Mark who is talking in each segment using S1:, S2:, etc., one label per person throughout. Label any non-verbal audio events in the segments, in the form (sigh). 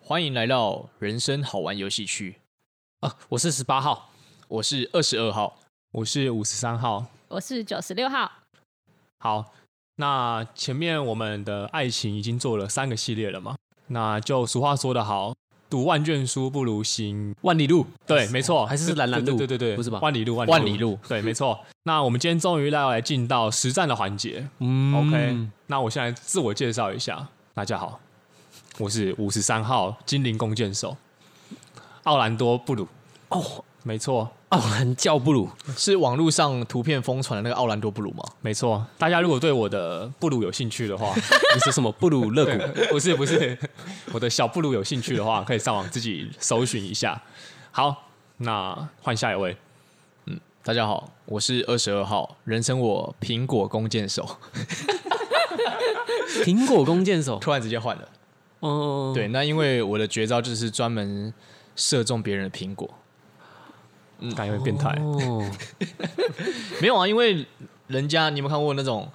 S1: 欢迎来到人生好玩游戏区，
S2: 啊，我是十八号，
S1: 我是二十二号。
S2: 我是五十三号。
S3: 我是九十六号，
S2: 好，那前面我们的爱情已经做了三个系列了嘛？那就俗话说得好，读万卷书不如行
S4: 万里路，
S2: 对，没错，
S4: 还是兰兰路
S2: 对对对对对
S4: 不是吧
S2: 万里路，
S1: 万里路，
S2: 对，没错。那我们今天终于要来进到实战的环节。
S4: 嗯
S2: OK，那我现在自我介绍一下，大家好，我是五十三号精灵弓箭手奥兰多布鲁。
S4: 哦，
S2: 没错，
S4: 奥兰教布鲁，
S1: 是网络上图片疯传的那个奥兰多布鲁吗？
S2: 没错。大家如果对我的布鲁有兴趣的话，
S4: (laughs) 你是什么布鲁勒谷？
S2: (laughs) 不是不是，我的小布鲁有兴趣的话，可以上网自己搜寻一下。好，那换下一位。
S1: 大家好，我是二十二号，人称我苹果弓箭手。 (laughs)
S4: 苹果弓箭手，
S1: 突然直接换了， (laughs)
S4: 哦，
S1: 对，那因为我的绝招就是专门射中别人的苹果。
S2: 感觉有点变态。
S4: 哦，
S1: 没有啊，因为人家你有没有看过那种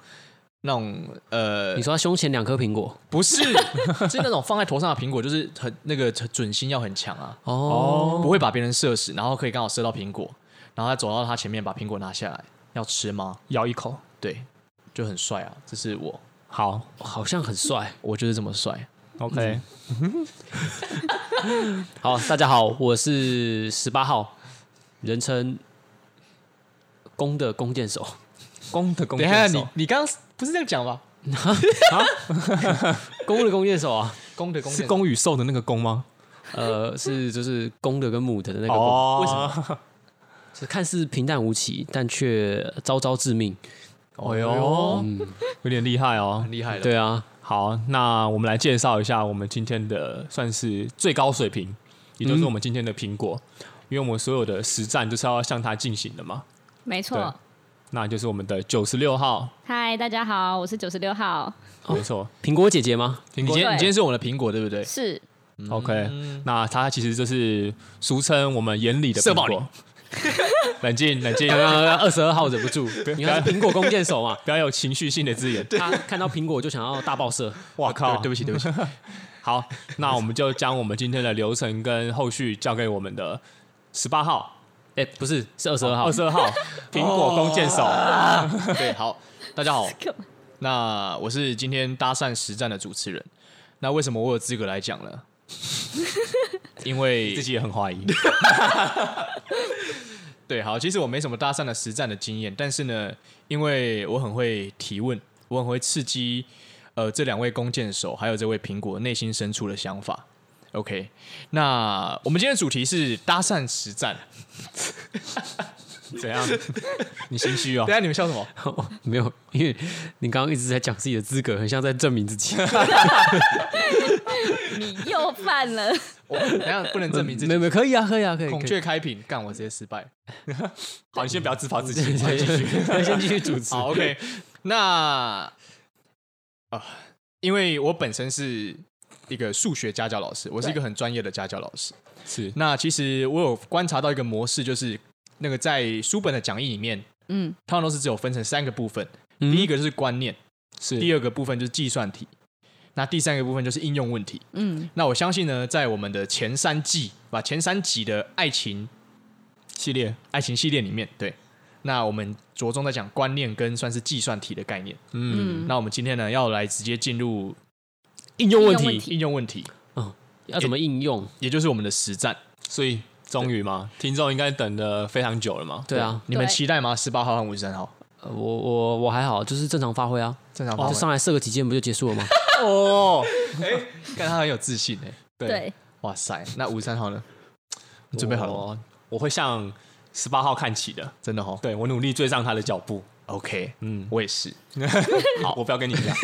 S1: 那种呃
S4: 你，说他胸前两颗苹果，
S1: 不是 (laughs) 是那种放在头上的苹果，就是很那个准心要很强啊，
S4: 哦，
S1: 不会把别人射死，然后可以刚好射到苹果，然后他走到他前面把苹果拿下来，要吃吗？
S2: 咬一口，
S1: 对，就很帅啊，这是我，
S2: 好
S4: 好像很帅。
S1: 我就是这么帅。
S2: ，OK，
S4: 好，大家好，我是十八号，人称弓的弓箭手。
S2: 弓的弓
S1: 等一下，
S2: 箭
S1: 你
S2: 手，
S1: 你刚刚不是这样讲吧？
S4: 公的弓箭手啊，
S1: 公的公
S2: 是弓与兽的那个弓吗？
S4: 呃，是就是公的跟母的的那个弓，
S2: 哦，
S1: 为什
S2: 么？
S4: 是看似平淡无奇，但却招招致命。
S2: 哎呦，有点厉害哦
S1: 很。厉害了。
S4: 对啊，
S2: 好，那我们来介绍一下我们今天的算是最高水平，也就是我们今天的苹果，因为我们所有的实战就是要向它进行的嘛。
S3: 没错。
S2: 那就是我们的九十六号，
S3: 嗨，大家好，我是九十六号，
S2: 没错。
S4: 苹果姐姐吗？
S1: 你今天
S3: 对
S1: 你今天是我们的苹果对不对？
S3: 是
S2: OK，、那它其实就是俗称我们眼里的
S1: 射
S2: 苹
S1: 爆
S2: 果。 (laughs) 冷静，冷静，
S4: 刚刚二十二号忍不住，你看是苹果弓箭手嘛，
S2: 不要有情绪性的字眼。
S4: 他看到苹果就想要大爆射。
S2: 哇靠！
S1: 对对不起对不起，
S2: 好，那我们就将我们今天的流程跟后续交给我们的十八号、哦
S4: 哎、不是，是二十二号。
S2: 二十二号哦苹果弓箭手。
S1: 对， (laughs) 好，大家好，那我是今天搭讪实战的主持人。那为什么我有资格来讲
S2: (laughs)
S1: 呢？因为
S2: 自己也很怀疑，
S1: (laughs) 对，好，其实我没什么搭讪的实战的经验，但是呢，因为我很会提问，我很会刺激，呃，这两位弓箭手还有这位苹果内心深处的想法。OK，那我们今天的主题是搭讪实战。
S2: (laughs) 怎样？你心虚哦
S1: (laughs) 等一？下你们笑什么？
S4: (laughs) 哦没有，因为你刚刚一直在讲自己的资格，很像在证明自己。
S3: 你又犯了，
S1: 我等一下不能 (laughs) 证明自
S4: 没
S1: 己
S4: 有，没有，可以啊，可以啊，可以。
S1: 孔 (laughs)
S4: 可以
S1: 雀开屏，干我直接失败。
S2: (laughs) 好，你先不要自嘲
S1: (laughs)
S2: 自己，
S4: 对
S2: 我们
S4: 对
S2: 继 (laughs) 续。
S4: 对 (laughs) 先继续主持。
S1: 好，OK，那 (laughs) 啊、因为我本身是一个数学家教老师，我是一个很专业的家教老师。
S2: 是
S1: 那其实我有观察到一个模式，就是那个在书本的讲义里面，
S3: (laughs) 嗯，
S1: 通常都是只有分成三个部分，
S4: 嗯
S1: 第一个就是观念，
S2: 是，
S1: 第二个部分就是计算题，那第三个部分就是应用问题。
S3: 嗯，
S1: 那我相信呢，在我们的前三季吧，前三集的爱情
S2: 系列，
S1: 爱情系列里面，对，那我们着重在讲观念跟算是计算题的概念。
S2: 嗯，
S1: 那我们今天呢，要来直接进入
S4: 应用问
S3: 应用问
S4: 题
S3: 题
S1: 应用问题，
S4: 要怎么应用？
S1: 也就是我们的实战。
S2: 所以终于嘛，听众应该等的非常久了嘛。
S4: 对啊，
S1: 你们
S3: 对
S1: 期待吗？十八号和五十三号
S4: 呃我我我还好，就是正常发挥啊，
S1: 正常发
S4: 就
S1: 挥。
S4: 上来射个几箭不就结束 (laughs) 了吗？
S2: (laughs) 哦，
S1: (laughs) 看他很有自信哎、
S3: 对，
S1: 哇塞，那五十三号呢？你准备好了吗？
S2: 我？我会向十八号看齐的，
S1: 真的哦。
S2: 对我努力追上他的脚步。
S1: OK，
S2: 嗯，
S1: 我也是。
S2: 好，我不要跟你一样。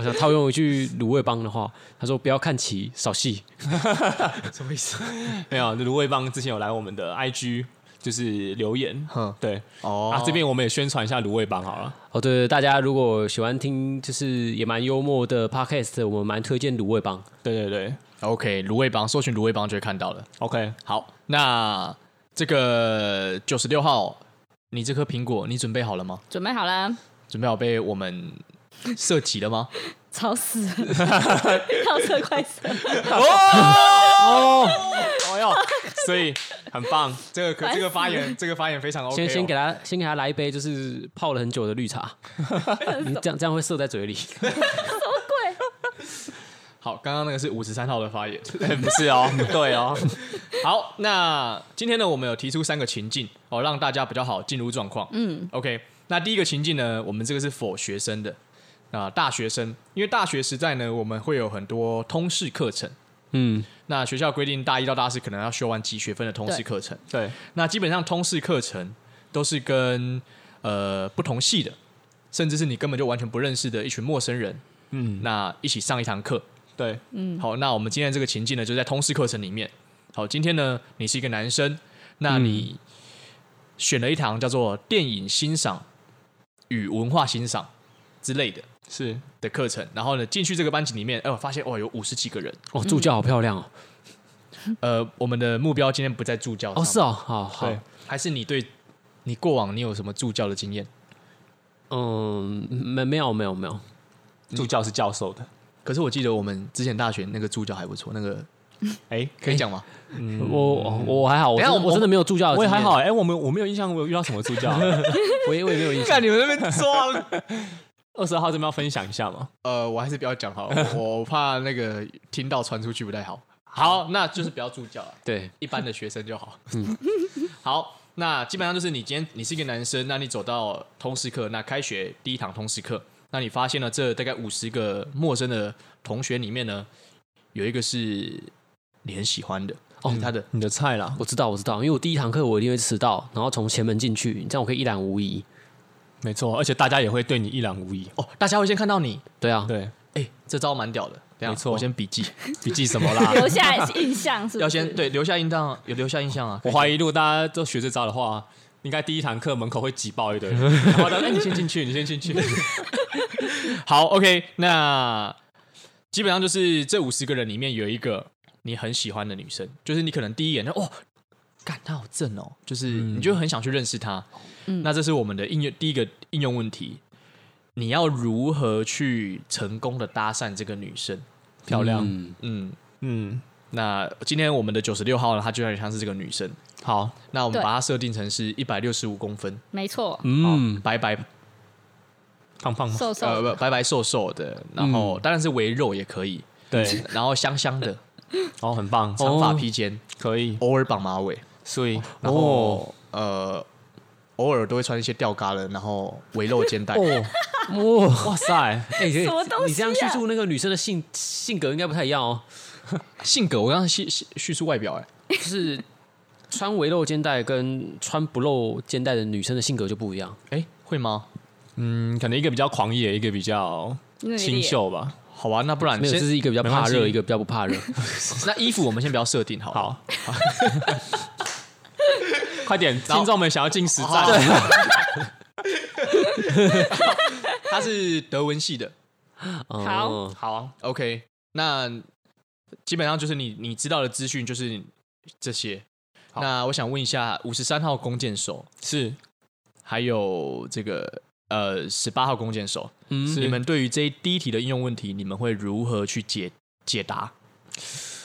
S4: 我想套用一句卤味帮的话，他说不要看齐，少戏。
S2: (laughs)
S1: 什么意思？
S2: 没有，芦苇帮之前有来我们的 IG，就是留言，
S1: 哼
S2: 对。
S1: 哦，
S2: 啊，这边我们也宣传一下芦苇帮好了。
S4: 哦，对对，大家如果喜欢听就是也蛮幽默的 podcast，我们蛮推荐卤味帮。
S2: 对对对
S1: OK，芦苇帮，搜寻芦苇帮就会看到了。
S2: ，OK，
S1: 好，那这个九十六号，你这颗苹果，你准备好了吗？
S3: 准备好了，
S1: 准备好被我们射击了吗？
S3: 吵死 (laughs) 了，跳车快 (laughs) 车，
S2: 哦，
S1: 哦哟，所以
S2: 很棒，
S1: 这个可这个发言，这个发言非常 OK 哦。
S4: 先先给他先给他来一杯，就是泡了很久的绿茶，
S1: (laughs)
S4: 你这样这样会涩在嘴里。
S1: 好，刚刚那个是五十三号的发言。
S2: (laughs) 哎不
S1: (laughs)
S2: 是哦，对哦，
S1: 好，那今天呢，我们有提出三个情境哦，让大家比较好进入状况。嗯，OK。那第一个情境呢，我们这个是否学生的啊、大学生，因为大学时代呢，我们会有很多通识课程。
S4: 嗯，
S1: 那学校规定大一到大四可能要修完几学分的通识
S3: 对
S1: 课程。
S2: 对，
S1: 那基本上通识课程都是跟呃不同系的，甚至是你根本就完全不认识的一群陌生人，
S2: 嗯，
S1: 那一起上一堂课。
S2: 对，
S1: 好，那我们今天这个情境呢，就是在通识课程里面。好，今天呢，你是一个男生，那你选了一堂叫做电影欣赏与文化欣赏之类的
S2: 是
S1: 的课程，然后呢，进去这个班级里面，哎、我发现哇，有五十几个人。
S4: 哦，助教好漂亮哦。
S1: 呃，我们的目标今天不在助教
S4: 哦，
S1: 上
S4: 是哦，好好
S2: 对。
S1: 还是你对你过往你有什么助教的经验？
S4: 嗯，没没有没有没有，
S2: 助教是教授的，
S1: 可是我记得我们之前大学那个助教还不错，那 (laughs) 个
S2: 哎，
S1: 可以讲吗？
S4: 我我我还好，我
S1: 等一下
S4: 真的
S1: 我
S4: 我真的没有助教，
S2: 我也还好，，哎，我们我没有印象，我有遇到什么助教？啊 (laughs)
S4: 我也我也没有印象。
S1: 看、你们那边装，
S2: 二十号这边要分享一下嘛？
S1: 呃，我还是不要讲好
S2: (laughs)
S1: 了，我我怕那个听到传出去不太好。好，那就是不要助教了，
S4: 对，
S1: 一般的学生就好。
S2: 嗯
S1: (laughs) 好，那基本上就是你今天你是一个男生，那你走到通识课，那开学第一堂通识课，那你发现了这大概五十个陌生的同学里面呢，有一个是你很喜欢的，
S2: 嗯
S1: 哦，他的
S2: 你的菜啦，
S4: 我知道我知道，因为我第一堂课我一定会迟到，然后从前门进去，这样我可以一览无遗。
S2: 没错，而且大家也会对你一览无遗。
S1: 哦，大家会先看到你，
S4: 对啊，
S2: 对，
S1: 哎、这招蛮屌的，等一下
S2: 没错
S1: 我先笔记。
S2: 笔记什么 (laughs) 啦？
S3: 留下来是印象是不是？
S1: 要先对留下印象，有留下印象啊。
S2: 我怀疑，如果大家都学这招的话，应该第一堂课门口会挤爆一堆 (laughs) 人。然后呢，哎，你先进去，你先进去。
S1: 好，OK，那基本上就是这五十个人里面有一个你很喜欢的女生，就是你可能第一眼就哦，干她好正哦，就是你就很想去认识她。那这是我们的应用第一个应用问题，你要如何去成功的搭讪这个女生？
S2: 漂亮，
S4: 嗯
S1: 嗯，
S2: 嗯，
S1: 那今天我们的九十六号呢，她就有点像是这个女生，
S2: 好，
S1: 那我们
S3: 对
S1: 把她设定成是一百六十五公分，
S3: 没错，
S4: 嗯，
S1: 白白
S2: 胖胖嘛，
S3: 瘦瘦
S1: 呃，不，白白瘦瘦的，然
S2: 嗯
S1: 后当然是围肉也可以，
S2: 对，
S1: 然后香香的，
S2: 哦，很棒，
S1: 长发
S2: 哦
S1: 披肩，
S2: 可以，
S1: 偶尔绑马尾，
S2: 所以
S1: 然
S2: 哦
S4: 哦
S1: 后呃，偶尔都会穿一些吊嘎的，然后围露肩带。
S2: 哦， (laughs)
S4: 哇，
S2: (laughs) 哇塞，
S4: 哎，
S3: 什么东西啊
S4: 你这样叙述那个女生的性性格应该不太一样哦，
S1: 性格，我刚刚叙叙叙述外表，哎，
S4: 就是穿围露肩带跟穿不露肩带的女生的性格就不一样。
S1: 哎，会吗？
S2: 嗯，可能一个比较狂野，一个比较
S3: 那个
S2: 清
S3: 脸
S2: 秀吧。
S1: 好啊吧，那不然
S4: 没有，这
S1: 先
S4: 是一个比较
S2: 没
S4: 怕
S2: 关系
S4: 热，一个比较不怕热。
S1: (laughs) 那衣服我们先不要设定好了，
S2: 好，快点，
S1: 然后
S2: 听众们想要进实
S1: 好，
S2: 战，
S1: (laughs) 他是德文系的
S4: 哦，
S2: 好，
S1: 啊，OK，那基本上就是你你知道的资讯就是这些。
S2: 好
S1: 那我想问一下，五十三号弓箭手
S2: 是
S1: 还有这个呃十八号弓箭手，
S4: 嗯
S1: 你们对于这一第一题的应用问题，你们会如何去解解答？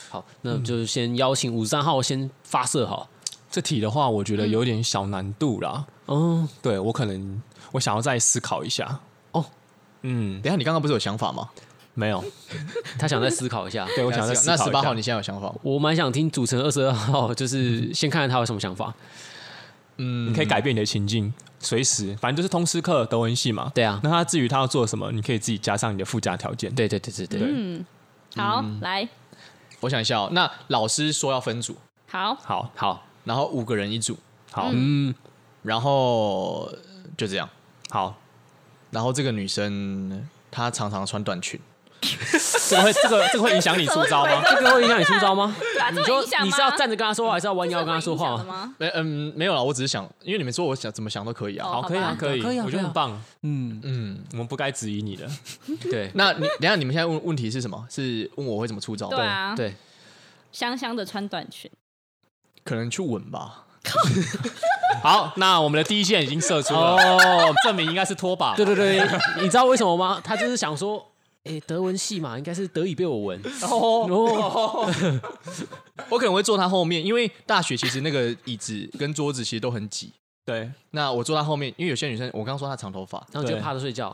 S4: 好，那就是先邀请五十三号先发射好。
S2: 这题的话，我觉得有点小难度啦。
S4: 哦，
S2: 对我可能我想要再思考一下。
S4: 哦，
S2: 嗯，
S1: 等一下，你刚刚不是有想法吗？
S2: 没有，
S4: 他想再思考一下。啊
S2: 对我想再思考
S1: 那
S2: 一下
S1: 十八号你现在有想法吗？
S4: 我蛮想听主持人二十二号，就是先看看他有什么想法。
S1: 嗯
S2: 你可以改变你的情境，随时，反正就是通识课德文系嘛。
S4: 对啊
S2: 那他至于他要做什么，你可以自己加上你的附加条件。
S4: 对对对对对，
S3: 嗯，好，来，
S1: 我想一下哦。那老师说要分组，
S3: 好，
S2: 好，
S4: 好，
S1: 然后五个人一组，
S2: 好，
S4: 嗯，
S1: 然后就这样。
S2: 好，
S1: 然后这个女生她常常穿短裙，
S2: 这个会，哎这个这个会影响你出
S4: (laughs)
S2: 招吗？
S4: 这个会影响你出
S3: (laughs)
S4: 招吗？
S3: 你
S4: 你就你是要站着跟他说话，还是要弯腰跟他说话？
S3: 吗？
S1: 没嗯没有啦，我只是想，因为你们说我想怎么想都可以啊。
S3: 哦
S2: 好，可以啊，
S3: 好吧
S2: 可以，
S4: 可以啊
S2: 我觉得
S4: 可以啊
S2: 很棒。
S4: 嗯，
S1: 嗯，
S2: 我们不该质疑你的，
S4: 对
S1: 那你等一下你们现在问问题是什么？是问我会怎么出招？
S3: 对啊，
S4: 对，
S3: 香香的穿短裙，
S1: 可能去吻吧。
S2: 好，那我们的第一线已经射出了，
S4: 哦，
S2: (laughs) 证明应该是拖把。
S4: 对对对，你知道为什么吗？他就是想说，哎，德文系嘛，应该是德语被我闻。
S1: 哦，
S4: 哦，
S1: 我可能会坐他后面，因为大学其实那个椅子跟桌子其实都很挤。
S2: 对，
S1: 那我坐他后面，因为有些女生，我刚刚说她长头发，
S4: (laughs) 然后就
S2: 对
S4: 趴着睡觉。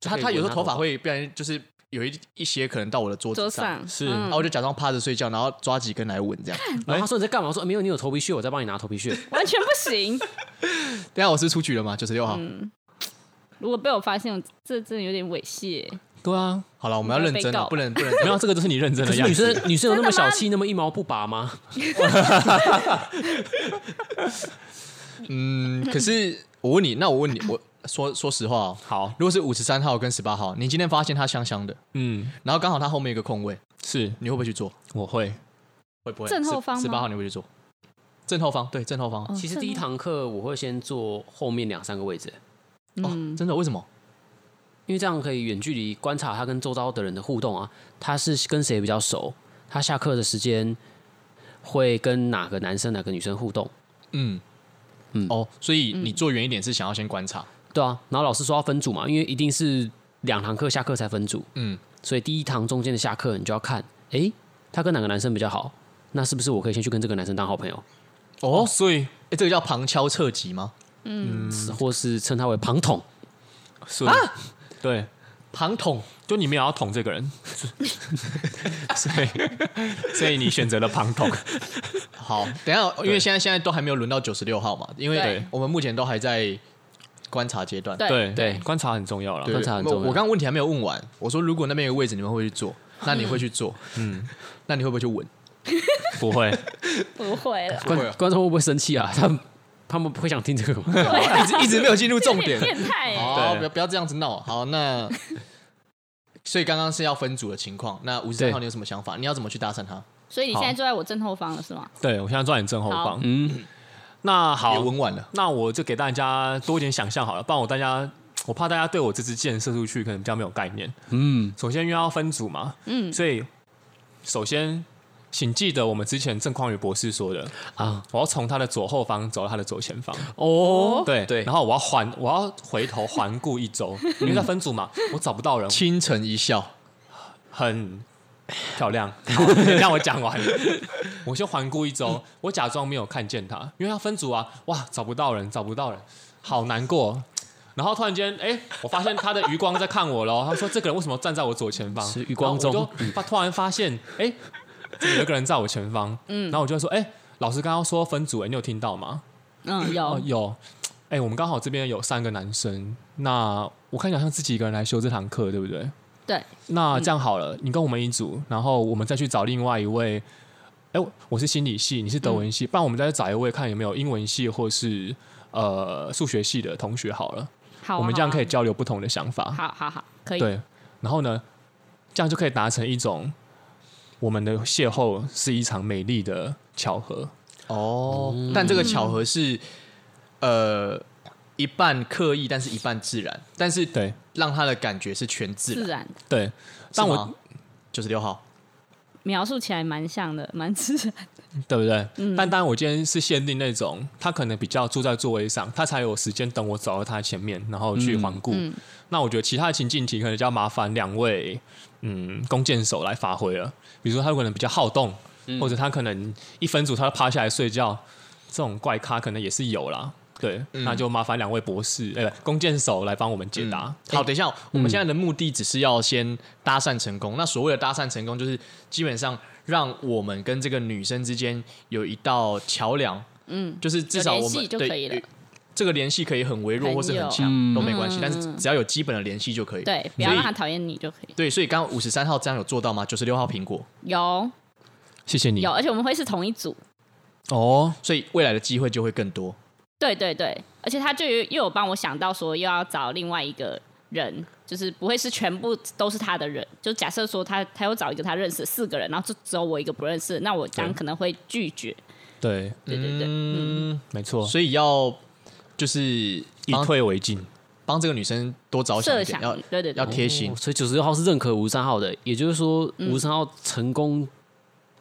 S4: 就
S1: 她
S4: 可以
S1: 她有时
S4: 闻
S1: 候
S4: 她
S1: 头发会不然就是有一一些可能到我的桌
S3: 桌
S1: 子上，
S3: 上
S2: 是
S1: 然
S3: 嗯
S1: 后我就假装趴着睡觉，然后抓几根来闻这样。
S4: 然后他说你在干嘛？我说、哎没有，你有头皮屑，我再帮你拿头皮屑。
S3: 完全不行。 (laughs)
S1: 等一下我是出局了吗？九十六号。
S3: 嗯如果被我发现，我这真的有点猥亵。
S2: 对啊，
S1: 好了，我们要认真了，不
S3: 我
S1: 能不能。
S2: 没有这个就是你认真
S4: 可
S2: 的
S4: 是
S2: 样
S4: 女
S2: 子。
S4: 生女生有那么
S3: 真的
S4: 小
S3: 吗
S4: 气，那么一毛不拔吗？
S1: 嗯，可是我问你，那我问你，我说说实话哦，
S2: 好，
S1: 如果是五十三号跟十八号，你今天发现他香香的，
S2: 嗯，
S1: 然后刚好他后面有个空位，
S2: 是
S1: 你会不会去坐？
S2: 我会，
S1: 会不会
S3: 正后方吗
S1: 十八号你会去坐？正后方，对，正后方。
S3: 哦
S4: 其实第一，堂课我会先坐后面两三个位置，
S3: 真的嗯
S1: 哦，真的？为什么？
S4: 因为这样可以远距离观察他跟周遭的人的互动啊，他是跟谁比较熟，他下课的时间会跟哪个男生哪个女生互动，
S1: 嗯嗯
S4: 嗯
S1: 哦，所以你坐远一点是想要先观察。
S4: 对啊。然后老师说要分组嘛，因为一定是两堂课下课才分组，
S1: 嗯，
S4: 所以第一堂中间的下课你就要看，诶，他跟哪个男生比较好，那是不是我可以先去跟这个男生当好朋友，
S1: 哦，所以哎，这个叫旁敲侧击吗？嗯
S4: 或是称他为旁统？
S2: 是，对，
S1: 旁捅
S2: 就你没有要捅这个人，所以所以你选择了旁捅，
S1: 好，等一下，因为现在现在都还没有轮到九十六号嘛，因为
S3: 对
S1: 我们目前都还在观察阶段。
S3: 对
S2: 对，观察很重要了
S1: 对，。
S4: 观察很
S1: 我
S4: 重要
S1: 我刚刚问题还没有问完，我说如果那边有个位置，你们会不会去坐？那你会去坐？嗯， (laughs) 那你会不会去闻？
S2: 不会，
S3: 不会了，
S1: 不会
S4: 观
S1: 啊
S4: 观众会不会生气啊？他们他们会想听这个
S1: (laughs)
S4: 吗？
S1: 一直一直没有进入重
S3: 有点
S1: 点。
S3: 变态欸。
S1: 好，
S2: 对
S1: 不要不要这样子闹。好，那所以刚刚是要分组的情况，那五十三
S4: 对
S1: 号你有什么想法？你要怎么去搭讪他？
S3: 所以你现在坐在我正后方了是吗？
S2: 对我现在坐在你正后方。
S4: 嗯，
S2: 那
S1: 也
S2: 好，
S1: 闻完了，
S2: 那我就给大家多一点想象好了，不然我大家我怕大家对我这支箭射出去可能比较没有概念。
S4: 嗯，
S2: 首先因为要分组嘛，嗯，所以首先请记得我们之前郑匡宇博士说的
S4: 啊，
S2: 我要从他的左后方走到他的左前方，
S4: 哦，
S2: 对
S4: 对
S2: 然后我要环我要回头环顾一
S4: (laughs)
S2: 周，因为在分组嘛，我找不到人，
S1: 倾城一笑。
S2: 很漂
S4: (laughs)
S2: 亮。好，让我讲完。我先环顾一周，我假装没有看见他，因为他分组啊，哇，找不到人，找不到人，好难过。然后突然间，哎，我发现他的余光在看我喽。他说：“这个人为什么站在我左前方？”
S4: 是余光中嗯
S2: 然后我就发突然发现，哎，怎么有一个人在我前方？嗯，然后我就说：“哎，老师刚刚说分组，哎，你有听到吗？”
S3: 嗯，
S2: 哦
S3: 有，
S2: 有，哎、我们刚好这边有三个男生，那我看起来像自己一个人来修这堂课，对不对？
S3: 对。
S2: 那
S3: 嗯
S2: 这样好了，你跟我们一组，然后我们再去找另外一位。哎、我我是心理系，你是德文
S3: 嗯
S2: 系，不然我们再去找一位看有没有英文系或是呃数学系的同学好了，
S3: 好啊，
S2: 我们这样
S3: 好啊
S2: 可以交流不同的想法。
S3: 好好好，可以。
S2: 对，然后呢，这样就可以达成一种我们的邂逅是一场美丽的巧合。
S1: 哦，但这个巧合是，呃，一半刻意，但是一半自然，但是
S2: 对
S1: 让他的感觉是全自
S3: 自
S1: 然。
S3: 然的
S2: 对，但我
S1: 九十六号，
S3: 描述起来蛮像的，蛮自然。
S2: 对不对？
S3: 嗯
S2: 但当然，我今天是限定那种他可能比较坐在座位上，他才有时间等我走到他前面，然后
S3: 嗯
S2: 去环顾。那我觉得其他的情境题可能就要麻烦两位嗯弓箭手来发挥了。比如说他可能比较好动，
S3: 嗯
S2: 或者他可能一分组他就趴下来睡觉，这种怪咖可能也是有啦。对，
S3: 嗯
S2: 那就麻烦两位博士，呃，弓箭手来帮我们解答。
S1: 好，等一下，哦我们现在的目的只是要先搭讪成功。那所谓的搭讪成功，就是基本上让我们跟这个女生之间有一道桥梁，嗯，就是至少
S3: 有
S1: 我
S3: 联系
S1: 们
S3: 就
S1: 对
S3: 可以了
S1: 呃这个联系可以很微弱
S3: 朋友啊
S1: 或是很
S3: 嗯
S1: 强都没关系，但
S2: 嗯
S1: 是只要有基本的联系就可以。
S3: 对，不
S1: 所
S3: 要
S1: 以
S3: 让他讨厌你就可以。
S1: 对，所以刚刚五十三号这样有做到吗？九十六号苹果，
S3: 有
S2: 谢谢你
S3: 有，而且我们会是同一组。
S2: 哦，
S1: 所以未来的机会就会更多。
S3: 对对对，而且他就有又有帮我想到说，又要找另外一个人，就是不会是全部都是他的人。就假设说他他又找一个他认识的四个人，然后就只有我一个不认识，那我当然可能会拒绝。
S2: 对，
S3: 对对对，
S1: 嗯，
S2: 没错，
S1: 所以要就是
S2: 以
S1: 帮
S2: 退为 (laughs) 进。
S1: 帮这个女生多着想
S3: 设
S1: 一点，
S3: 想
S1: 要
S3: 对对
S1: 要
S3: 对，
S1: 贴心
S4: 哦。所以九十六号是认可五十三号的，也就是说
S3: 嗯
S4: 五十三号成功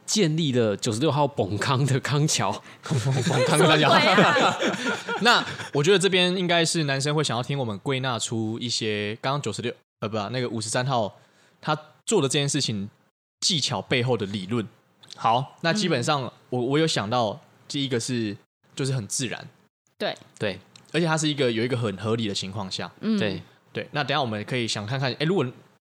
S4: 建立了九十六号本康的康桥。
S3: (laughs)
S2: 看
S3: 什
S2: 大
S3: 么
S2: 家
S3: 鬼
S1: (laughs)
S3: 啊？
S1: 那我觉得这边应该是男生会想要听我们归纳出一些刚刚九十六呃不、那个五十三号他做的这件事情技巧背后的理论。好，那基本上我我有想到，第一个是就是很自然，
S3: 对
S4: 对
S1: 而且它是一个有一个很合理的情况下。
S3: 嗯，
S4: 对，
S1: 对，那等一下我们可以想看看，哎、如果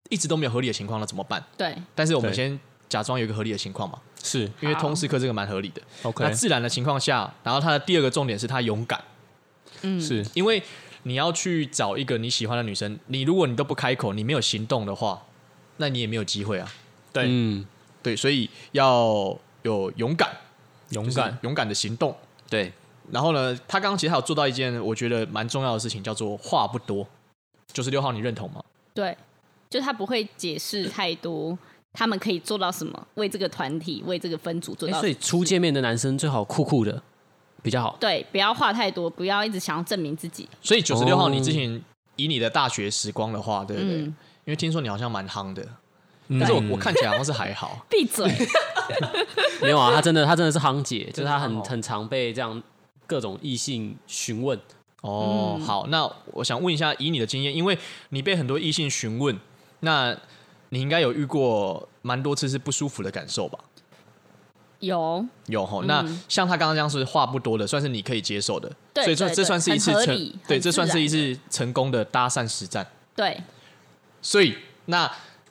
S1: 一直都没有合理的情况，那怎么办？
S3: 对，
S1: 但是我们
S2: 对
S1: 先假装有一个合理的情况嘛，
S2: 是
S1: 因为
S3: 好
S1: 通识课这个蛮合理的。
S2: OK，
S1: 那自然的情况下，然后它的第二个重点是他勇敢，
S3: 嗯，
S2: 是
S1: 因为你要去找一个你喜欢的女生，你如果你都不开口，你没有行动的话，那你也没有机会啊。
S2: 对
S4: 嗯
S1: 对，所以要有勇敢，
S2: 勇
S1: 就是
S2: 敢，
S1: 勇敢的行动。
S4: 对
S1: 然后呢，他刚刚其实还有做到一件我觉得蛮重要的事情，叫做话不多。九十六号，你认同吗？
S3: 对，就他不会解释太多，他们可以做到什么，为这个团体，为这个分组做
S4: 诶
S3: 到什么
S4: 所以初见面的男生最好酷酷的比较好。
S3: 对，不要话太多，不要一直想要证明自己。
S1: 所以九十六号，
S4: 哦
S1: 你之前以你的大学时光的话，对不对？
S3: 嗯，。
S1: 因为听说你好像蛮夯的，
S2: 嗯
S1: 但是我我看起来好像是还好
S3: 闭嘴。
S4: 没有啊，他真的他真的是夯姐，就是
S1: 真的
S4: 他很
S1: 夯哦
S4: 很常被这样各种异性询问。
S1: 哦，
S3: 嗯
S1: 好，那我想问一下，以你的经验，因为你被很多异性询问，那你应该有遇过蛮多次是不舒服的感受吧？
S3: 有，
S1: 有吼，那像他刚刚这样是话不多的，算是你可以接受的，
S3: 嗯对
S1: 所以说
S3: 对
S1: 这
S3: 对
S1: 算是一次
S3: 很合理
S1: 成，对，
S3: 很
S1: 这算
S3: 自
S1: 是
S3: 然
S1: 一次成功的搭讪实战。
S3: 对，
S1: 所以，那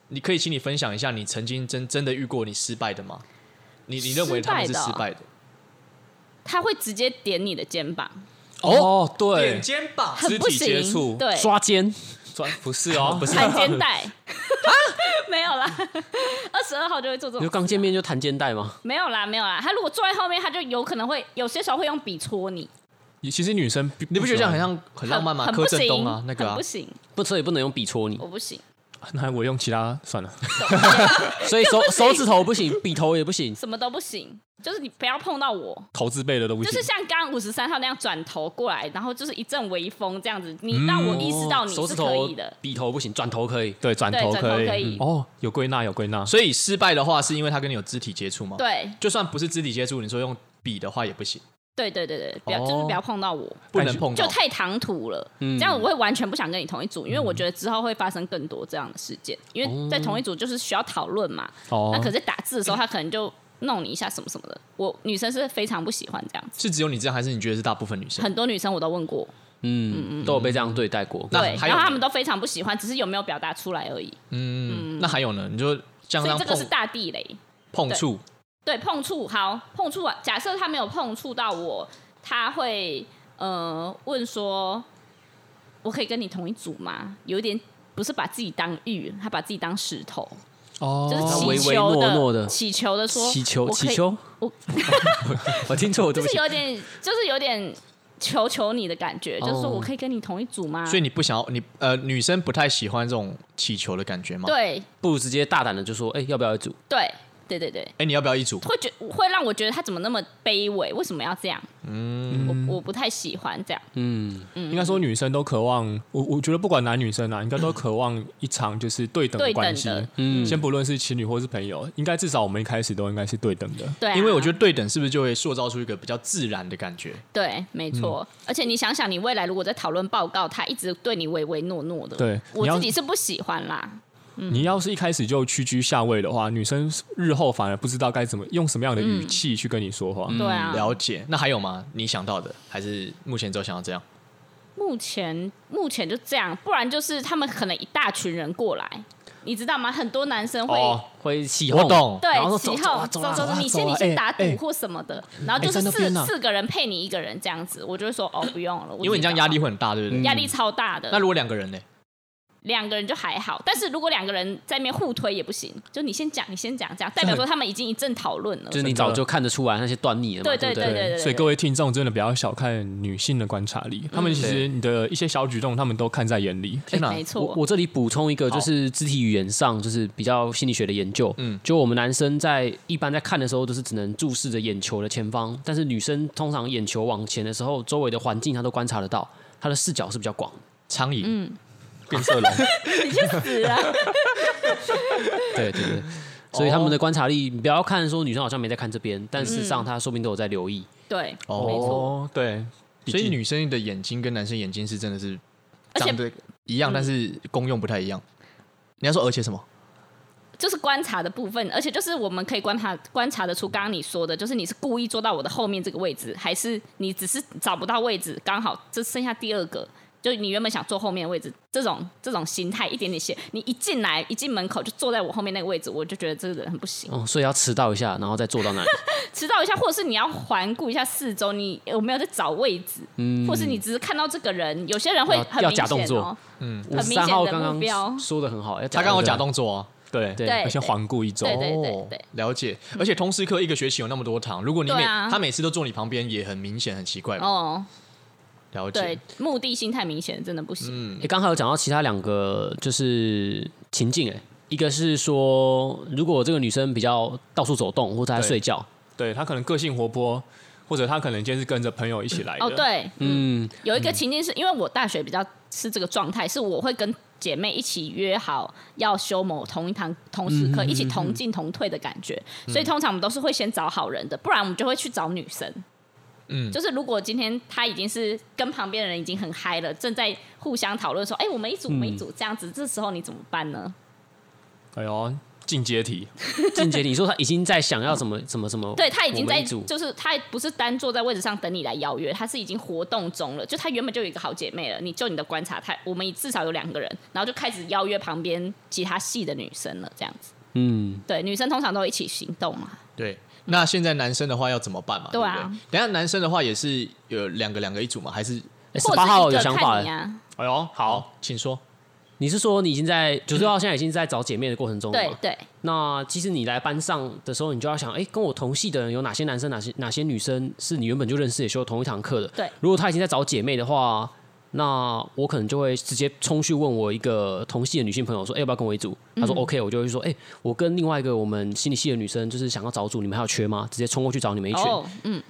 S1: 你可以请你分享一下，你曾经真真的遇过你失败的吗？你你认为他们是失
S3: 失
S1: 败
S3: 败哦
S1: 的？
S3: 他会直接点你的肩膀，
S2: 哦，对
S1: 点，肩膀
S3: 很不
S2: 肢体接
S3: 行
S2: 触
S3: 对，
S4: 抓奸，
S2: 抓不是
S1: (laughs)
S2: 哦，不是
S3: 弹肩带。 (laughs) 没有啦，二十二号就会做这
S4: 你
S3: 种，
S4: 就刚见面就弹肩带吗？
S3: 没有啦，没有啦。他如果坐在后面，他就有可能会有些时候会用笔戳你，
S2: (laughs) 其实女生不
S1: 你不觉得这样很
S2: 喜欢
S1: 像很浪漫吗？
S3: 很
S1: 柯
S3: 不行
S1: 震东啊，那个
S3: 很
S1: 啊
S3: 不，行，
S4: 不车也不能用笔戳你，
S3: 我不行，
S2: 那我用其他算了，
S4: (laughs) 所以手手指头不行，笔头也不行。
S3: 什么都不行，就是你不要碰到我，
S2: 投资辈的都不
S3: 就
S2: 行
S3: 是。像刚五十三号那样转头过来，然后就是一阵微风这样子，你让我意识到你
S4: 手
S3: 是
S4: 指
S3: 可
S4: 头
S3: 以的，
S4: 笔头不行，转头可以。
S2: 对，转
S3: 对
S2: 头
S3: 转头
S2: 可
S3: 可
S2: 以嗯
S3: 以
S2: 哦，有归纳有归纳，
S1: 所以失败的话是因为他跟你有肢体接触吗？，
S3: 对，
S1: 就算不是肢体接触，你说用笔的话也不行，
S3: 对对对对，不要、
S1: 哦
S3: 就是不嗯要碰到我，
S1: 不能碰
S3: 就
S1: 到。
S3: 太唐突了。这样我会完全不想跟你同一组，因为我觉得之后会发生更多这样的事件，因为在同一组就是需要讨论嘛。
S2: 哦
S3: 那可是打字的时候，他可能就弄你一下什么什么的。我女生是非常不喜欢这样子，
S1: 是只有你这样，还是你觉得是大部分女生？
S3: 很多女生我都问过，
S4: 嗯，都有被这样对待过。
S1: 那
S3: 对，
S1: 还有
S3: 然后
S1: 呢
S3: 他们都非常不喜欢，只是有没有表达出来而已。
S1: 嗯，那还有呢？你就像
S3: 所
S1: 这
S3: 以
S1: 样
S3: 这个是
S1: 碰
S3: 大地雷。
S1: 碰触，
S3: 对，碰触好，碰触啊。假设他没有碰触到我，他会呃问说：“我可以跟你同一组吗？”有一点不是把自己当玉，他把自己当石头，
S2: 哦
S3: 就是
S4: 他
S3: 祈
S4: 唯唯
S3: 求
S4: 诺
S3: 的、
S4: 诺的
S3: 祈求的说：“
S4: 祈求
S3: 我可以
S4: 祈，求，
S3: 我
S4: (laughs) 我听错，我
S3: 就
S4: 对不
S3: 是
S4: 起。
S3: 有点，就是有点求求你的感觉，就是
S4: 哦
S3: 说我可以跟你同一组吗？”
S1: 所以你不想要你呃，女生不太喜欢这种祈求的感觉吗？，
S3: 对
S4: 不如直接大胆的就说，哎，要不要一组？
S3: 对对对对，
S1: 哎，你要不要一组？
S3: 会觉会让我觉得他怎么那么卑微？为什么要这样？嗯，我我不太喜欢这样。
S2: 应该说女生都渴望，我我觉得不管男女生啊，应该都渴望一场就是对等的
S3: 对等
S2: 关系
S3: 的。
S2: 嗯，先不论是情侣或是朋友，应该至少我们一开始都应该是对等的。
S3: 对啊、
S1: 因为我觉得对等是不是就会塑造出一个比较自然的感觉？
S3: 对，没错。而且你想想，你未来如果在讨论报告，他一直对你唯唯诺诺的，
S2: 对
S3: 我
S2: 你要
S3: 自己是不喜欢啦。
S2: 你要是一开始就屈居下位的话，女生日后反而不知道该怎么用什么样的语气去跟你说话。
S3: 对啊，
S1: 了解。那还有吗？你想到的，还是目前只有想到这样？
S3: 目前目前就这样，不然就是他们可能一大群人过来，你知道吗？很多男生会。
S1: 哦
S4: 会起
S1: 我
S4: 哄，
S1: 懂
S3: 对
S4: 然后，
S3: 起
S4: 说走走
S3: 哄
S4: 啊走啊
S3: 走
S4: 走啊
S3: 你先
S2: 走啊
S3: 你先
S2: 哎
S3: 打赌
S2: 哎
S3: 或什么的，然后就
S2: 在
S3: 是
S2: 那
S3: 四
S2: 边啊
S3: 四个人配你一个人这样子，我就会说哦不用了，我
S1: 因为你这样
S3: 自己搞
S1: 压力会很大，对不对？
S3: 压力超大的。
S1: 那如果两个人呢？
S3: 两个人就还好，但是如果两个人在那边互推也不行，就你先讲，你先讲，这样代表说他们已经一阵讨论了
S4: 就。是你早就看得出来那些端倪了嘛，
S3: 对
S4: 对
S3: 对
S4: 不
S3: 对对对
S2: 所以各位听众真的不要小看女性的观察力，她们其实你的一些小举动，她们都看在眼里。
S1: 天哪
S3: 没！错，
S4: (laughs) 我我这里补充一个，
S1: 好
S4: 就是肢体语言上，就是比较心理学的研究。
S1: 嗯
S4: 嗯，就我们男生在一般在看的时候，都是只能注视着眼球的前方，但是女生通常眼球往前的时候，周围的环境她都观察得到，她的视角是比较广的。
S1: 苍
S3: 嗯
S1: 蝇，
S2: 变色龙，
S3: 是啊，
S4: 对对对，所以
S3: 哦
S4: 他们的观察力，你不要看说女生好像没在看这边，但事实
S3: 嗯
S4: 上她说不定都有在留意。
S3: (laughs) 对，
S1: 哦
S3: (laughs) 没错。
S2: 哦，对，
S1: 所以女生的眼睛跟男生眼睛是真的是
S3: 而且
S1: 长得一样，但是功用不太一样。你要说而且什么？
S3: 就是观察的部分，而且就是我们可以观察观察得出，刚刚你说的，就是你是故意坐到我的后面这个位置，还是你只是找不到位置，刚好这剩下第二个，就你原本想坐后面的位置，这种这种心态一点点写，你一进来一进门口就坐在我后面那个位置，我就觉得这个人很不行。
S4: 哦，所以要迟到一下，然后再坐到那里。
S3: 迟到一下，或者是你要环顾一下四周，你有没有在找位置，或是你只是看到这个人，有些人会
S4: 嗯要
S3: 很
S4: 要
S3: 明
S4: 假动
S3: 显
S4: 作
S3: 哦，
S4: 五
S3: 很
S4: 十
S3: 明
S4: 三
S3: 显
S4: 号
S3: 的
S4: 刚
S3: 目标
S4: 刚说的很好，要
S1: 他刚好假
S4: 动
S1: 动作哦。
S2: 对
S4: 对
S2: 要先环顾一周。
S3: 对对对
S1: 哦
S3: 对
S1: 了解。而且通识课一个学期有那么多堂，如果你每、
S3: 对啊
S1: 他每次都坐你旁边，也很明显，很奇怪吧。
S3: 哦，
S1: 了
S3: 对
S1: 解。，
S3: 目的性太明显，真的不行。
S4: 作。诶刚好有讲到其他两个就是情境，哎，一个是说如果这个女生比较到处走动或者她在
S2: 对
S4: 睡觉，
S2: 对他可能个性活泼，或者他可能今天是跟着朋友一起来的。
S3: 哦，对，
S4: 嗯，
S3: 有一个情境是因为我大学比较是这个状态，是我会跟姐妹一起约好要修某同一堂同时课，一起同进同退的感觉。所以通常我们都是会先找好人的，不然我们就会去找女生。
S1: 嗯
S3: 就是如果今天他已经是跟旁边的人已经很嗨了，正在互相讨论说：“哎、我们一组，我们一
S4: 嗯
S3: 组，这样子。”这时候你怎么办呢？
S2: 哎呦，进阶题，
S4: 静姐，你说她已经在想要怎么怎么怎么，
S3: 对他已
S4: 我
S3: 经
S4: 们
S3: 在，
S4: 一组
S3: 就是他不是单坐在位置上等你来邀约，他是已经活动中了。就他原本就有一个好姐妹了，你就你的观察，他我们至少有两个人，然后就开始邀约旁边其他系的女生了，这样子。
S4: 嗯，
S3: 对，女生通常都一起行动嘛。
S1: 对。那现在男生的话要怎么办嘛？
S3: 对啊
S1: 不对？等一下男生的话也是有两个两个一组嘛？还是
S4: 十
S3: 或者
S4: 八
S3: 是
S4: 号
S3: 一
S4: 有
S3: 个
S4: 想
S3: 看
S4: 法
S3: 你
S4: 了，
S3: 啊，
S2: 哎呦，好，
S1: 好，请说。
S4: 你是说你已经在九十号现在已经在找姐妹的过程中了
S3: 对
S4: 吗？
S3: 对，
S4: 那其实你来班上的时候，你就要想，哎、跟我同系的人有哪些男生，哪些哪些女生是你原本就认识，也修同一堂课的。
S3: 对
S4: 如果他已经在找姐妹的话，那我可能就会直接冲去问我一个同系的女性朋友说，哎、要不要跟我一组？
S1: 嗯
S4: 她说 OK，我就会说，哎、我跟另外一个我们心理系的女生就是想要找组，你们还有缺吗？直接冲过去找你们一群。
S3: 哦，嗯，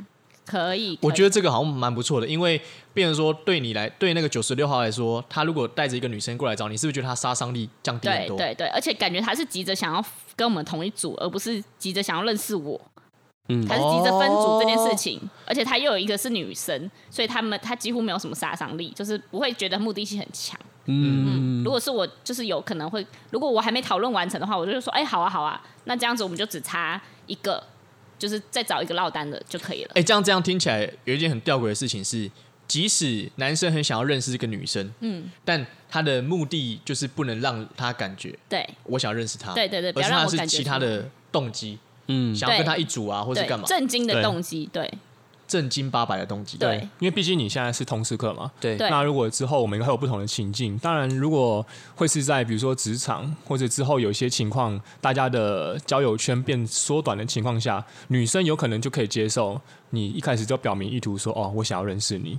S3: 可以。
S1: 我觉得
S3: 得
S1: 这个好像蛮不错的，因为变成说对你来，对那个九十六号来说，他如果带着一个女生过来找你，是不是觉得他杀伤力降低很
S3: 对
S1: 多？
S3: 对对，而且感觉他是急着想要跟我们同一组，而不是急着想要认识我。
S4: 嗯
S3: 他是急着分组这件事情，
S1: 哦
S3: 而且他又有一个是女生，所以他们他几乎没有什么杀伤力，就是不会觉得目的性很强。嗯，如果是我，就是有可能会，如果我还没讨论完成的话，我就说，哎、好啊，好啊，那这样子我们就只差一个，就是再找一个落单的就可以了。
S1: 哎、这样这样听起来有一件很吊诡的事情是，即使男生很想要认识这个女生，嗯，但他的目的就是不能让他感觉
S3: 对
S1: 我想要认识她，
S3: 对对对，不
S1: 而
S3: 要
S1: 是
S3: 让
S1: 他
S3: 我
S1: 是
S3: 感觉
S1: 其他
S3: 出
S1: 的动机，
S4: 嗯，
S1: 想要跟
S3: 对
S1: 他一组啊，或是
S3: 对
S1: 干嘛，
S3: 震惊的
S2: 对
S3: 动机，对
S1: 正经八百的动机，
S3: 对
S2: 因为毕竟你现在是通识课嘛。
S4: 对
S3: 对
S2: 那如果之后我们会有不同的情境，当然如果会是在比如说职场，或者之后有一些情况，大家的交友圈变缩短的情况下，女生有可能就可以接受你一开始就表明意图说哦，我想要认识你。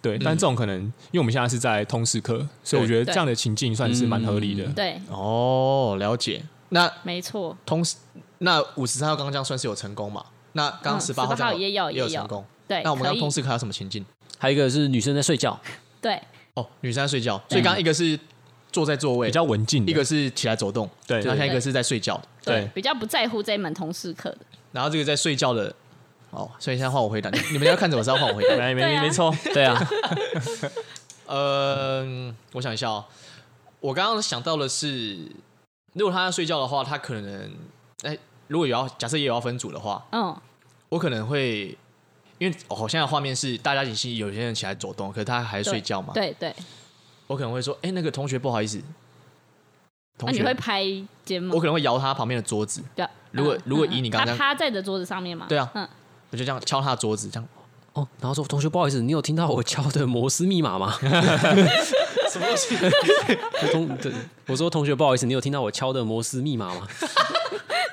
S2: 对，但这种可能，因为我们现在是在通识课，所以我觉得
S3: 嗯对
S2: 这
S3: 嗯
S2: 样的情境算是蛮合理的。
S3: 对，
S1: 哦，了解。那
S3: 没错，
S1: 同时，那五十三号刚刚这样算是有成功嘛？那刚
S3: 嗯
S1: 刚十八号
S3: 18
S1: 这样
S3: 号也有
S1: 也有
S3: 也有
S1: 成功。
S3: 对，
S1: 那我们
S3: 可
S1: 刚
S3: 以
S1: 刚通识课还有什么情境？
S4: 还有一个是女生在睡觉，
S3: 对
S1: 哦，女生在睡
S3: 嗯
S1: 觉，所以刚刚一个是坐在座位，
S2: 比较文静的，
S1: 一个是起来走动，
S2: 对
S1: 然后下一
S3: 对
S1: 个是在睡觉的，
S2: 对
S3: 比较不在乎这一门通识课的，
S1: 然后这个在睡觉的，哦，所以现在换我回答，你你们要看怎么是要换我回
S2: (laughs)
S1: 答。
S2: 哎没
S3: 对
S2: 没
S3: 啊
S2: 没
S3: (laughs)
S2: 错，
S4: 对啊，
S1: 呃，嗯我想一下哦，我刚刚想到的是，如果他在睡觉的话，他可能，哎，如果有要假设也有要分组的话，
S3: 嗯，
S1: 我可能会。因为我、哦、现在的画面是大家已经有些人起来走动，可是他还在睡觉嘛。
S3: 对对，
S1: 我可能会说：“哎、那个同学，不好意思，
S3: 那
S1: 同
S3: 啊你
S1: 学。
S3: 会拍肩吗
S1: 我？可能会摇他旁边的桌子，
S3: 对啊，
S1: 如果
S3: 嗯
S1: 如果
S3: 嗯
S1: 以
S3: 嗯
S1: 你刚刚
S3: 他趴在的桌子上面嘛，
S1: 对啊
S3: 嗯，
S1: 我就这样敲他的桌子，这样
S4: 哦，然后说同学不好意思，你有听到我敲的摩斯密码
S1: (laughs)
S4: 吗？
S1: 什么东西？
S4: (laughs) 我同对我说同学不好意思，你有听到我敲的摩斯密码吗？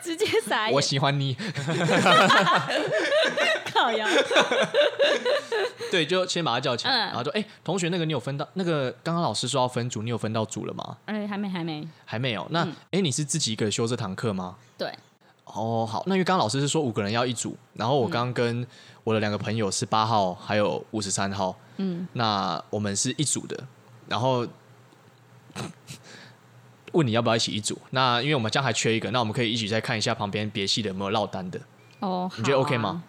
S3: 直接撒
S1: 我喜欢你。
S3: 烤羊，
S1: 对，就先把他叫起来，
S3: 嗯
S1: 然后就哎、同学，那个你有分到那个刚刚老师说要分组，你有分到组了吗？
S3: 哎，还没还没，
S1: 还没有。那哎、你是自己一个人修这堂课吗？
S3: 对
S1: 哦，好，那因为刚刚老师是说五个人要一组，然后我刚刚跟我的两个朋友是八号还有五十三号，嗯，那我们是一组的，然后问你要不要一起一组？那因为我们这样还缺一个，那我们可以一起再看一下旁边别系的有没有落单的，
S3: 哦，
S1: 你觉得
S3: 好啊
S1: OK 吗？？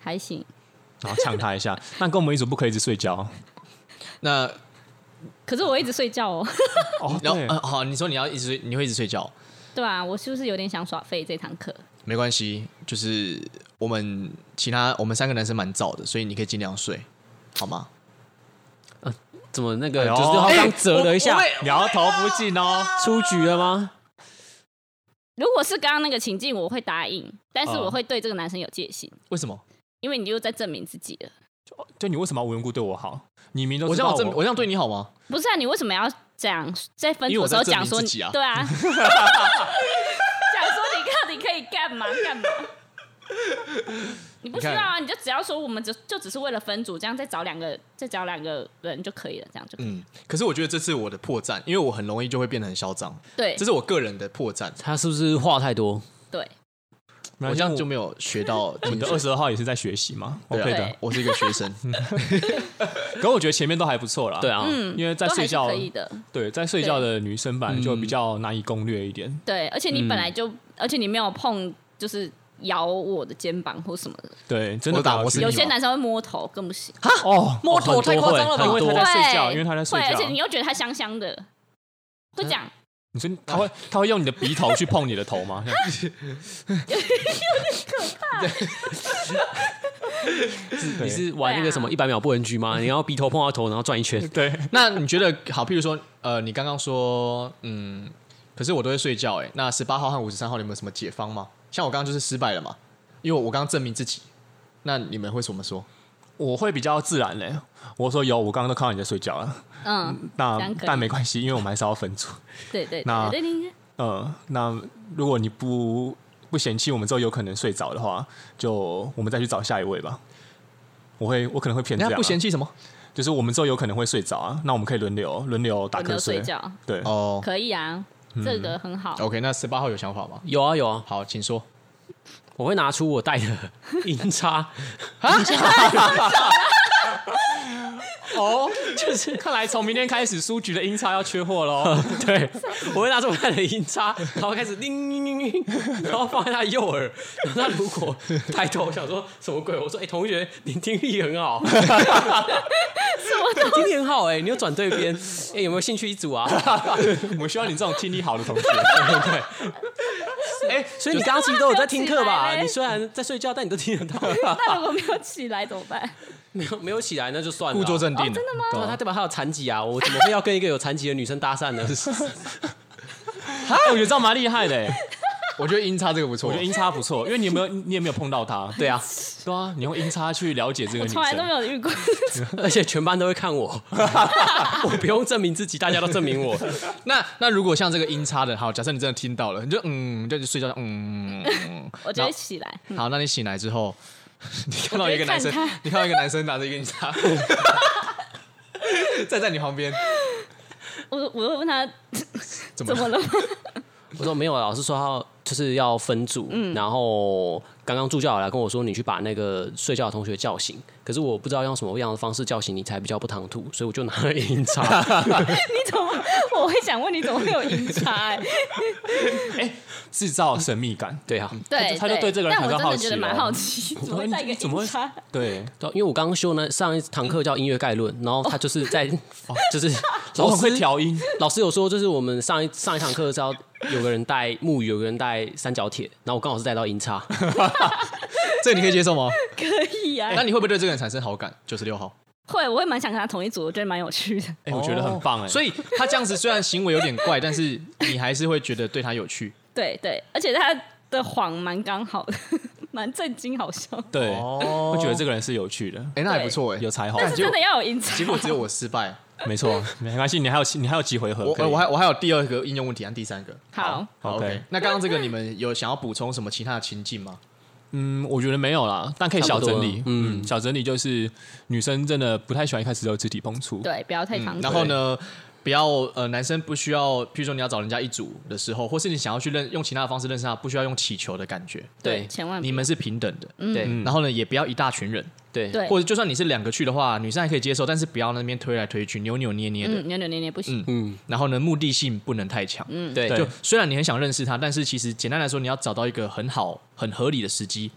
S3: 还行，
S2: 然后呛他一下。那跟我们一组不可以一直睡觉
S1: 那
S3: 可是我一直睡觉哦， (laughs)
S2: 哦
S1: 然后
S2: (laughs) 对
S1: 哦呃嗯、好，你说你要一直睡，你会一直睡觉，
S3: 对啊，我是不是有点想耍废这堂课？
S1: 没关系，就是我们其他我们三个男生蛮燥的，所以你可以尽量睡，好吗？
S4: 怎么那个
S2: 哎呦
S4: 就是好像折了一
S1: 哎
S4: 下，
S2: 摇头不进
S3: 啊
S2: 哦。
S4: 出局了吗？
S3: 如果是刚刚那个情境，我会答应，但是
S2: 哦
S3: 我会对这个男生有戒心，
S1: 为什么？
S3: 因为你又在证明自己了。
S2: 就你为什么要无缘无故对我好？你明都
S1: 我
S2: 知
S1: 这
S2: 道
S1: 样我这我这样对你好吗？
S3: 不是啊，你为什么要这样在分
S1: 因为
S3: 组
S1: 我
S3: 的时
S1: 在
S3: 候
S1: 证明
S3: 讲说
S1: 自
S3: 你
S1: 己啊
S3: 对啊，讲 (laughs) 说你到底可以干嘛干嘛？你不知道啊，你就只要说我们只就只是为了分组，这样再找两个再找两个人就可以了，这样就可以。
S1: 嗯，可是我觉得这次我的破绽，因为我很容易就会变得很嚣张，
S3: 对
S1: 这是我个人的破绽，
S4: 他是不是话太多？
S3: 对，
S1: 我
S2: 没关
S1: 这
S2: 系
S1: 样就没有学
S3: (laughs)
S1: 到
S2: 我
S1: 你
S2: 们的二十二号也是在学习嘛
S1: 对
S2: ，OK
S1: 啊
S2: 的
S3: 对。
S1: 我是一个学生，
S2: 可我觉得前面都还不错啦。
S4: 对，啊，
S3: 嗯，
S2: 因为在
S3: 都还
S2: 睡
S3: 是
S2: 觉哦
S3: 可以的，
S2: 对，在睡觉的女生版
S1: 嗯
S2: 就比较难以攻略一点。
S3: 对，而且你本来就，而且你没有碰，就是咬我的肩膀或什么的。
S2: 对，真的
S1: 我打
S2: 打
S1: 我是
S3: 有
S1: 你
S3: 些
S1: 吗
S3: 男生会摸头，更不行。
S2: 哦，
S4: 摸头
S2: 很多
S4: 太夸张了吧
S2: 会很多因为他
S3: 对
S4: 因为他
S2: 在睡觉，因为他在睡
S3: 会而且你
S2: 觉。啊
S3: 又觉得他香香的，会讲
S2: 你说他会他会用你的鼻头去碰你的头吗？ (laughs)
S4: 你
S2: 对，
S4: 是玩那个什么一百秒不 NG 吗？你要鼻头碰到头，然后转一圈
S2: 对，
S1: 那你觉得好？譬如说，呃，你刚刚说，嗯，可是我都会睡觉、欸，哎，那十八号和五十三号，你们有什么解方吗？像我刚刚就是失败了嘛，因为我刚刚证明自己。那你们会怎么说？
S2: 我会比较自然嘞。我说有，我刚刚都看到你在睡觉了。
S3: 嗯，这
S2: 那
S3: 样可以
S2: 但没关系，因为我们还是要分组。
S3: 对对对
S2: 那
S3: 对对，对
S2: 嗯，那如果你不不嫌弃我们之后有可能睡着的话，就我们再去找下一位吧。我会，我可能会偏这
S1: 人
S2: 样啊、
S1: 家不嫌弃什么？
S2: 就是我们之后有可能会睡着啊，那我们可以轮流轮流打瞌
S3: 轮流睡觉
S2: 对，
S1: 哦、
S3: 啊可以啊，这个很好。 (laughs)
S1: o k 那十八号有想法吗？
S4: 有啊有啊，
S1: 好，请说。
S4: 我会拿出我带的银叉，
S2: 哦，就是看来从明天开始，书局的音叉要缺货喽。
S4: (laughs) 对，我会拿出我带的银叉，然后开始叮叮叮叮，然后放在他右耳。然后他如果抬头想说什么鬼，我说哎、同学，你听力很好， (laughs) 你听力很好哎、你又转对边，哎、有没有兴趣一组啊？
S2: 我们需要你这种听力好的同 (laughs) 学。
S4: 哎、所以你刚刚其实都有在听课
S3: 起来
S4: 吧？
S3: 嘞
S4: 你虽然在睡觉，但你都听得到。 (laughs)
S3: 那如果没有起来怎么
S1: (laughs)
S3: 办？哦
S4: 没有没有起来那就算了啊、
S1: 故作镇定、
S3: 真的吗
S4: 对啊，他代表他有残疾啊，我怎么会要跟一个有残疾的女生搭讪呢？
S2: 啊，我觉得这样蛮厉害的欸，
S1: 我觉得音叉这个不错。
S2: 我觉得音叉不错，因为你有没有你也没有碰到他，
S4: 对啊，
S2: 对啊，你用音叉去了解这个
S3: 我
S2: 女
S3: 从来都没
S2: 生。
S3: 有遇过。 (laughs)
S4: 而且全班都会看我，我不用证明自己，大家都证明我。
S1: 那那如果像这个音叉的，好，假设你真的听到了，你就嗯，就去睡觉，嗯。嗯
S3: 我就会起来，
S1: 嗯好，那你醒来之后， (laughs) 你看到一个男生
S3: 我就会看他，
S1: 你看到一个男生拿着一个音
S3: (laughs)
S1: 叉，站在你旁边，
S3: 我我会问他
S1: (laughs) 怎么
S3: (laughs) 怎么了吗？
S4: 我说没有啊，老师说他就是要分组，然后刚刚助教来跟我说，你去把那个睡觉的同学叫醒，可是我不知道用什么样的方式叫醒你才比较不唐突，所以我就拿了银叉。
S3: 你怎么？我会想问你怎么会有银叉、
S1: (laughs)
S3: 欸？
S2: 制造神秘感。
S4: 对啊，
S3: 对，
S2: 他就对这个人
S3: 但我
S2: 感
S3: 真
S2: 到好
S3: 的
S2: 奇
S3: 觉得蛮
S2: 哦
S3: 好奇，怎么会带一个
S2: 你
S1: 哦
S2: 怎么
S3: 银
S2: 会
S3: 叉？
S2: 对，
S4: 对啊因为我刚刚修那上一堂课叫音乐概论，然后他就是 (laughs) 在就是
S2: 我
S4: 哦老
S2: 很
S4: 师
S2: 会调音，
S4: 老师有说，就是我们上一上一堂课是要有个人带木鱼，有个人带三角铁，然后我刚好是带到银叉，
S1: 这个你可以接受吗？
S3: 可以啊，
S1: 那你会不会对这个人产生好感？九十六号，
S3: 会，我会蛮想跟他同一组，我觉得蛮有趣的。 (laughs)
S2: 哎，我觉得很棒哎。
S1: 所
S2: 以
S1: 以他这样子虽然行为有点怪，但是你还是会觉得对他有趣。
S3: 对对，而且他的谎蛮刚好的， (laughs) 蛮震惊好笑。
S2: 对，
S1: 哦
S2: 会觉得这个人是有趣的，
S1: 哎、那还不错哎、
S2: 有才华。
S3: 但是真的要有银叉，
S1: 结果只有我失败，
S2: 没错，啊没关系，你还有你还有几回合
S1: 我
S2: 可以。
S1: 呃我还我还有第二个应用问题和第三个。
S3: 好。
S1: 好
S2: OK
S1: 那刚刚这个你们有想要补充什么其他的情境吗？
S2: 嗯，我觉得没有啦，但可以
S4: 差
S2: 小
S4: 不多
S2: 整理
S4: 了。
S2: 嗯，小整理就是女生真的不太喜欢一开始就有肢体碰触。
S3: 对，不要太唐突。
S1: 嗯然后呢，不要呃，男生不需要，譬如说你要找人家一组的时候，或是你想要去认用其他的方式认识他，不需要用乞求的感觉。
S4: (laughs) 对
S3: 千万不
S1: 你们是平等的，嗯
S4: 对
S1: 然后呢，也不要一大群人，
S4: 对
S3: 嗯对，
S1: 或者就算你是两个去的话，女生还可以接受，但是不要那边推来推去、扭扭捏捏的。
S3: 嗯，扭扭捏捏不行。
S4: 嗯
S1: 然后呢，目的性不能太强。嗯，
S4: 对
S2: 对
S1: 就虽然你很想认识他，但是其实简单来说，你要找到一个很好、很合理的时机。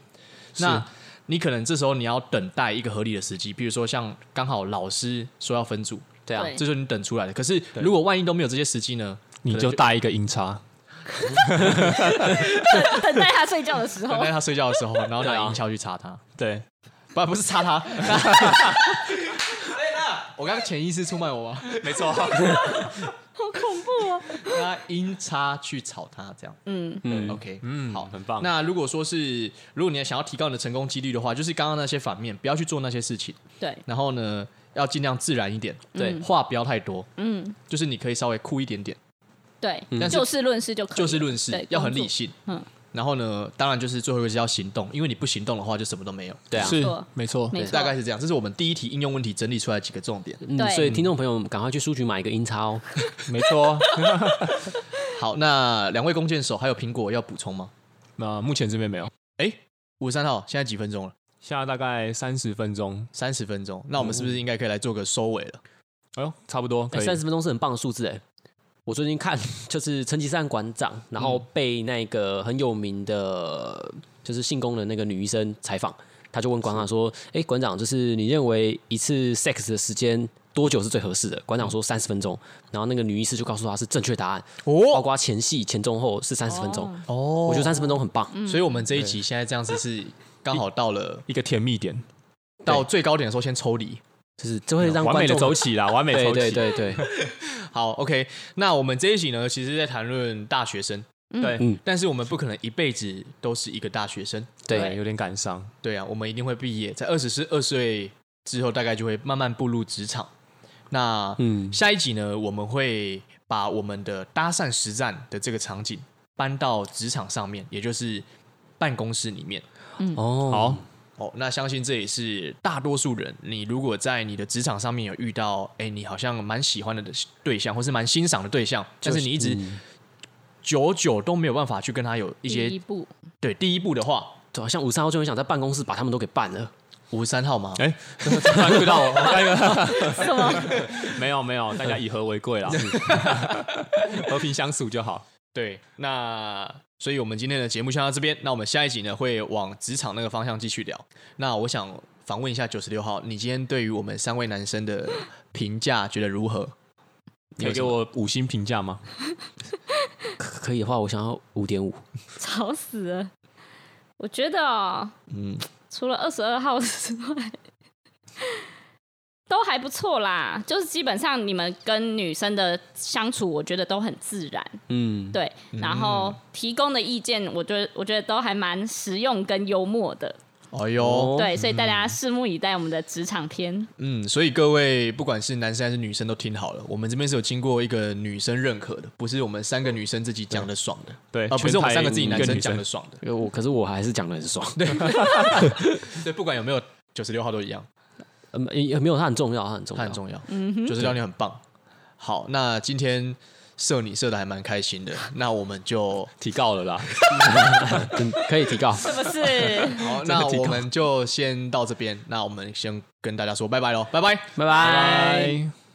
S1: 那你可能这时候你要等待一个合理的时机，比如说像刚好老师说要分组，
S4: 对啊，
S3: 对
S1: 这就是你等出来的。可是如果万一都没有这些时机呢？
S2: 你
S1: 可能
S2: 就
S1: 就
S2: 带一个音叉，
S3: 等待他睡觉的时
S1: (laughs) 等
S3: 候
S1: 待，他睡觉的时候，然后拿银锹去插
S2: (laughs)
S1: 他，
S2: 对，
S1: 不不是插
S2: (laughs)
S1: 他。哎我刚刚潜意识出卖我吗？
S2: 没错，
S3: 好恐怖哦！
S1: 他音叉去吵他这样。
S3: 嗯，
S1: 嗯，OK，
S2: 嗯，
S1: 好，
S2: 很棒。
S1: 那如果说是，如果你想要提高你的成功几率的话，就是刚刚那些反面，不要去做那些事情。
S3: 对，
S1: 然后呢，要尽量自然一点，
S4: 对
S1: 话不要太多，
S3: 嗯，
S1: 就是你可以稍微酷一点点，
S3: 对，
S1: 但是
S3: 就事论事就可以了，
S1: 嗯就事论事
S3: 对，
S1: 要很
S3: 工作
S1: 理性。
S3: 嗯，
S1: 然后呢，当然就是最后一个是要行动，因为你不行动的话，就什么都没有。
S4: 对啊，
S2: 是
S3: 错
S2: 没错，
S3: 没错，
S1: 大概是这样，这是我们第一题应用问题整理出来几个重点。
S4: 嗯，
S3: 对
S4: 所以听众朋友们赶快去书局买一个音叉哦。
S2: 没错。
S1: 好，那两位弓箭手还有苹果要补充吗？
S2: (laughs) 那目前这边没有，
S1: 五十三号，现在几分钟了？
S2: 下大概三十分钟，
S1: 三十分钟，那我们是不是应该可以来做个收尾了？
S2: 哎呦，差不多可以。
S4: 三十分钟是很棒的数字哎。我最近看 (laughs) 就是成吉思汗馆长，然后
S2: 嗯
S4: 被那个很有名的就是性功能那个女医生采访，他就问馆长说：“哎，馆长，就是你认为一次 sex 的时间多久是最合适的？”馆
S2: 嗯
S4: 长说三十分钟，然后那个女医师就告诉他是正确答案，包
S1: 哦
S4: 括前戏、前中后是三十分钟。
S1: 哦，
S4: 我觉得三十分钟很棒，
S3: 嗯
S1: 所以我们这一集现在这样子是刚好到了
S2: 一个甜蜜点，
S1: 到最高点的时候先抽离。
S4: 就是这会让
S2: 完
S4: 观
S2: 美的
S4: 众
S2: 走起啦，完美
S4: 对
S2: 走
S4: 对
S2: 起，
S4: 对对，
S2: (laughs)
S1: 好，OK，那我们这一集呢，其实在谈论大学生，
S2: 对
S4: 嗯
S1: 但是我们不可能一辈子都是一个大学生。
S4: 对
S2: 有点感伤。 (laughs)
S1: 对啊，我们一定会毕业，在二十是二岁之后，大概就会慢慢步入职场。那
S4: 嗯
S1: 下一集呢，我们会把我们的搭讪实战的这个场景搬到职场上面，也就是办公室里面。
S4: 哦，
S2: 好，
S1: 哦，那相信这也是大多数人，你如果在你的职场上面有遇到，哎、你好像蛮喜欢的对象，或是蛮欣赏的对象，但是你嗯一直久久都没有办法去跟他有一
S3: 第一
S1: 些
S3: 步，
S1: 对第一步的话，
S4: 对啊，像五三号就很想在办公室把他们都给办了。
S1: 五十三号吗？
S2: 哎，突然 Q 到我，下一个
S4: (laughs)
S3: 什么？
S2: (laughs) 没有没有，大家以和为
S1: (laughs)
S2: 贵啦，和平相处就好。
S1: 对，那所以我们今天的节目先到这边，那我们下一集呢会往职场那个方向继续聊。那我想访问一下九十六号，你今天对于我们三位男生的评价觉得如何？
S2: 你有给我五星评价吗？
S4: 可可以的话，我想要五点五。
S3: 吵死了！我觉得、哦，
S1: 嗯，
S3: 除了二十二号之外，都还不错啦。就是基本上你们跟女生的相处，我觉得都很自然，
S4: 嗯，
S3: 对。然后提供的意见，我觉得我觉得都还蛮实用跟幽默的，
S1: 哎呦，
S4: 哦
S3: 对。所以大家拭目以待我们的职场篇。
S1: 嗯，所以各位不管是男生还是女生都听好了，我们这边是有经过一个女生认可的，不是我们三个女生自己讲的爽的，
S2: 对，
S1: 啊，不是我们三个自己男生
S2: 生
S1: 讲的，爽的，
S4: 因为我可是我还是讲的很爽。对，
S1: 对，不管有没有九十六号都一样，
S4: (laughs) 呃，没也没有，它很重要，它很重
S1: 它
S4: 要，
S1: 很重要，
S2: 嗯
S1: 九十六你很棒。好，那今天射你射的还蛮开心
S2: (laughs)
S1: 的，那我们就
S2: 提告了啦。
S4: (laughs) 真嗯可以提
S1: (laughs)
S4: 高。
S3: 是不是？
S1: 好，
S2: (laughs) 真的
S1: 那
S2: 提高
S1: 我们就先到这边，那我们先跟大家说拜拜喽，拜拜。
S4: 拜拜。
S2: 拜。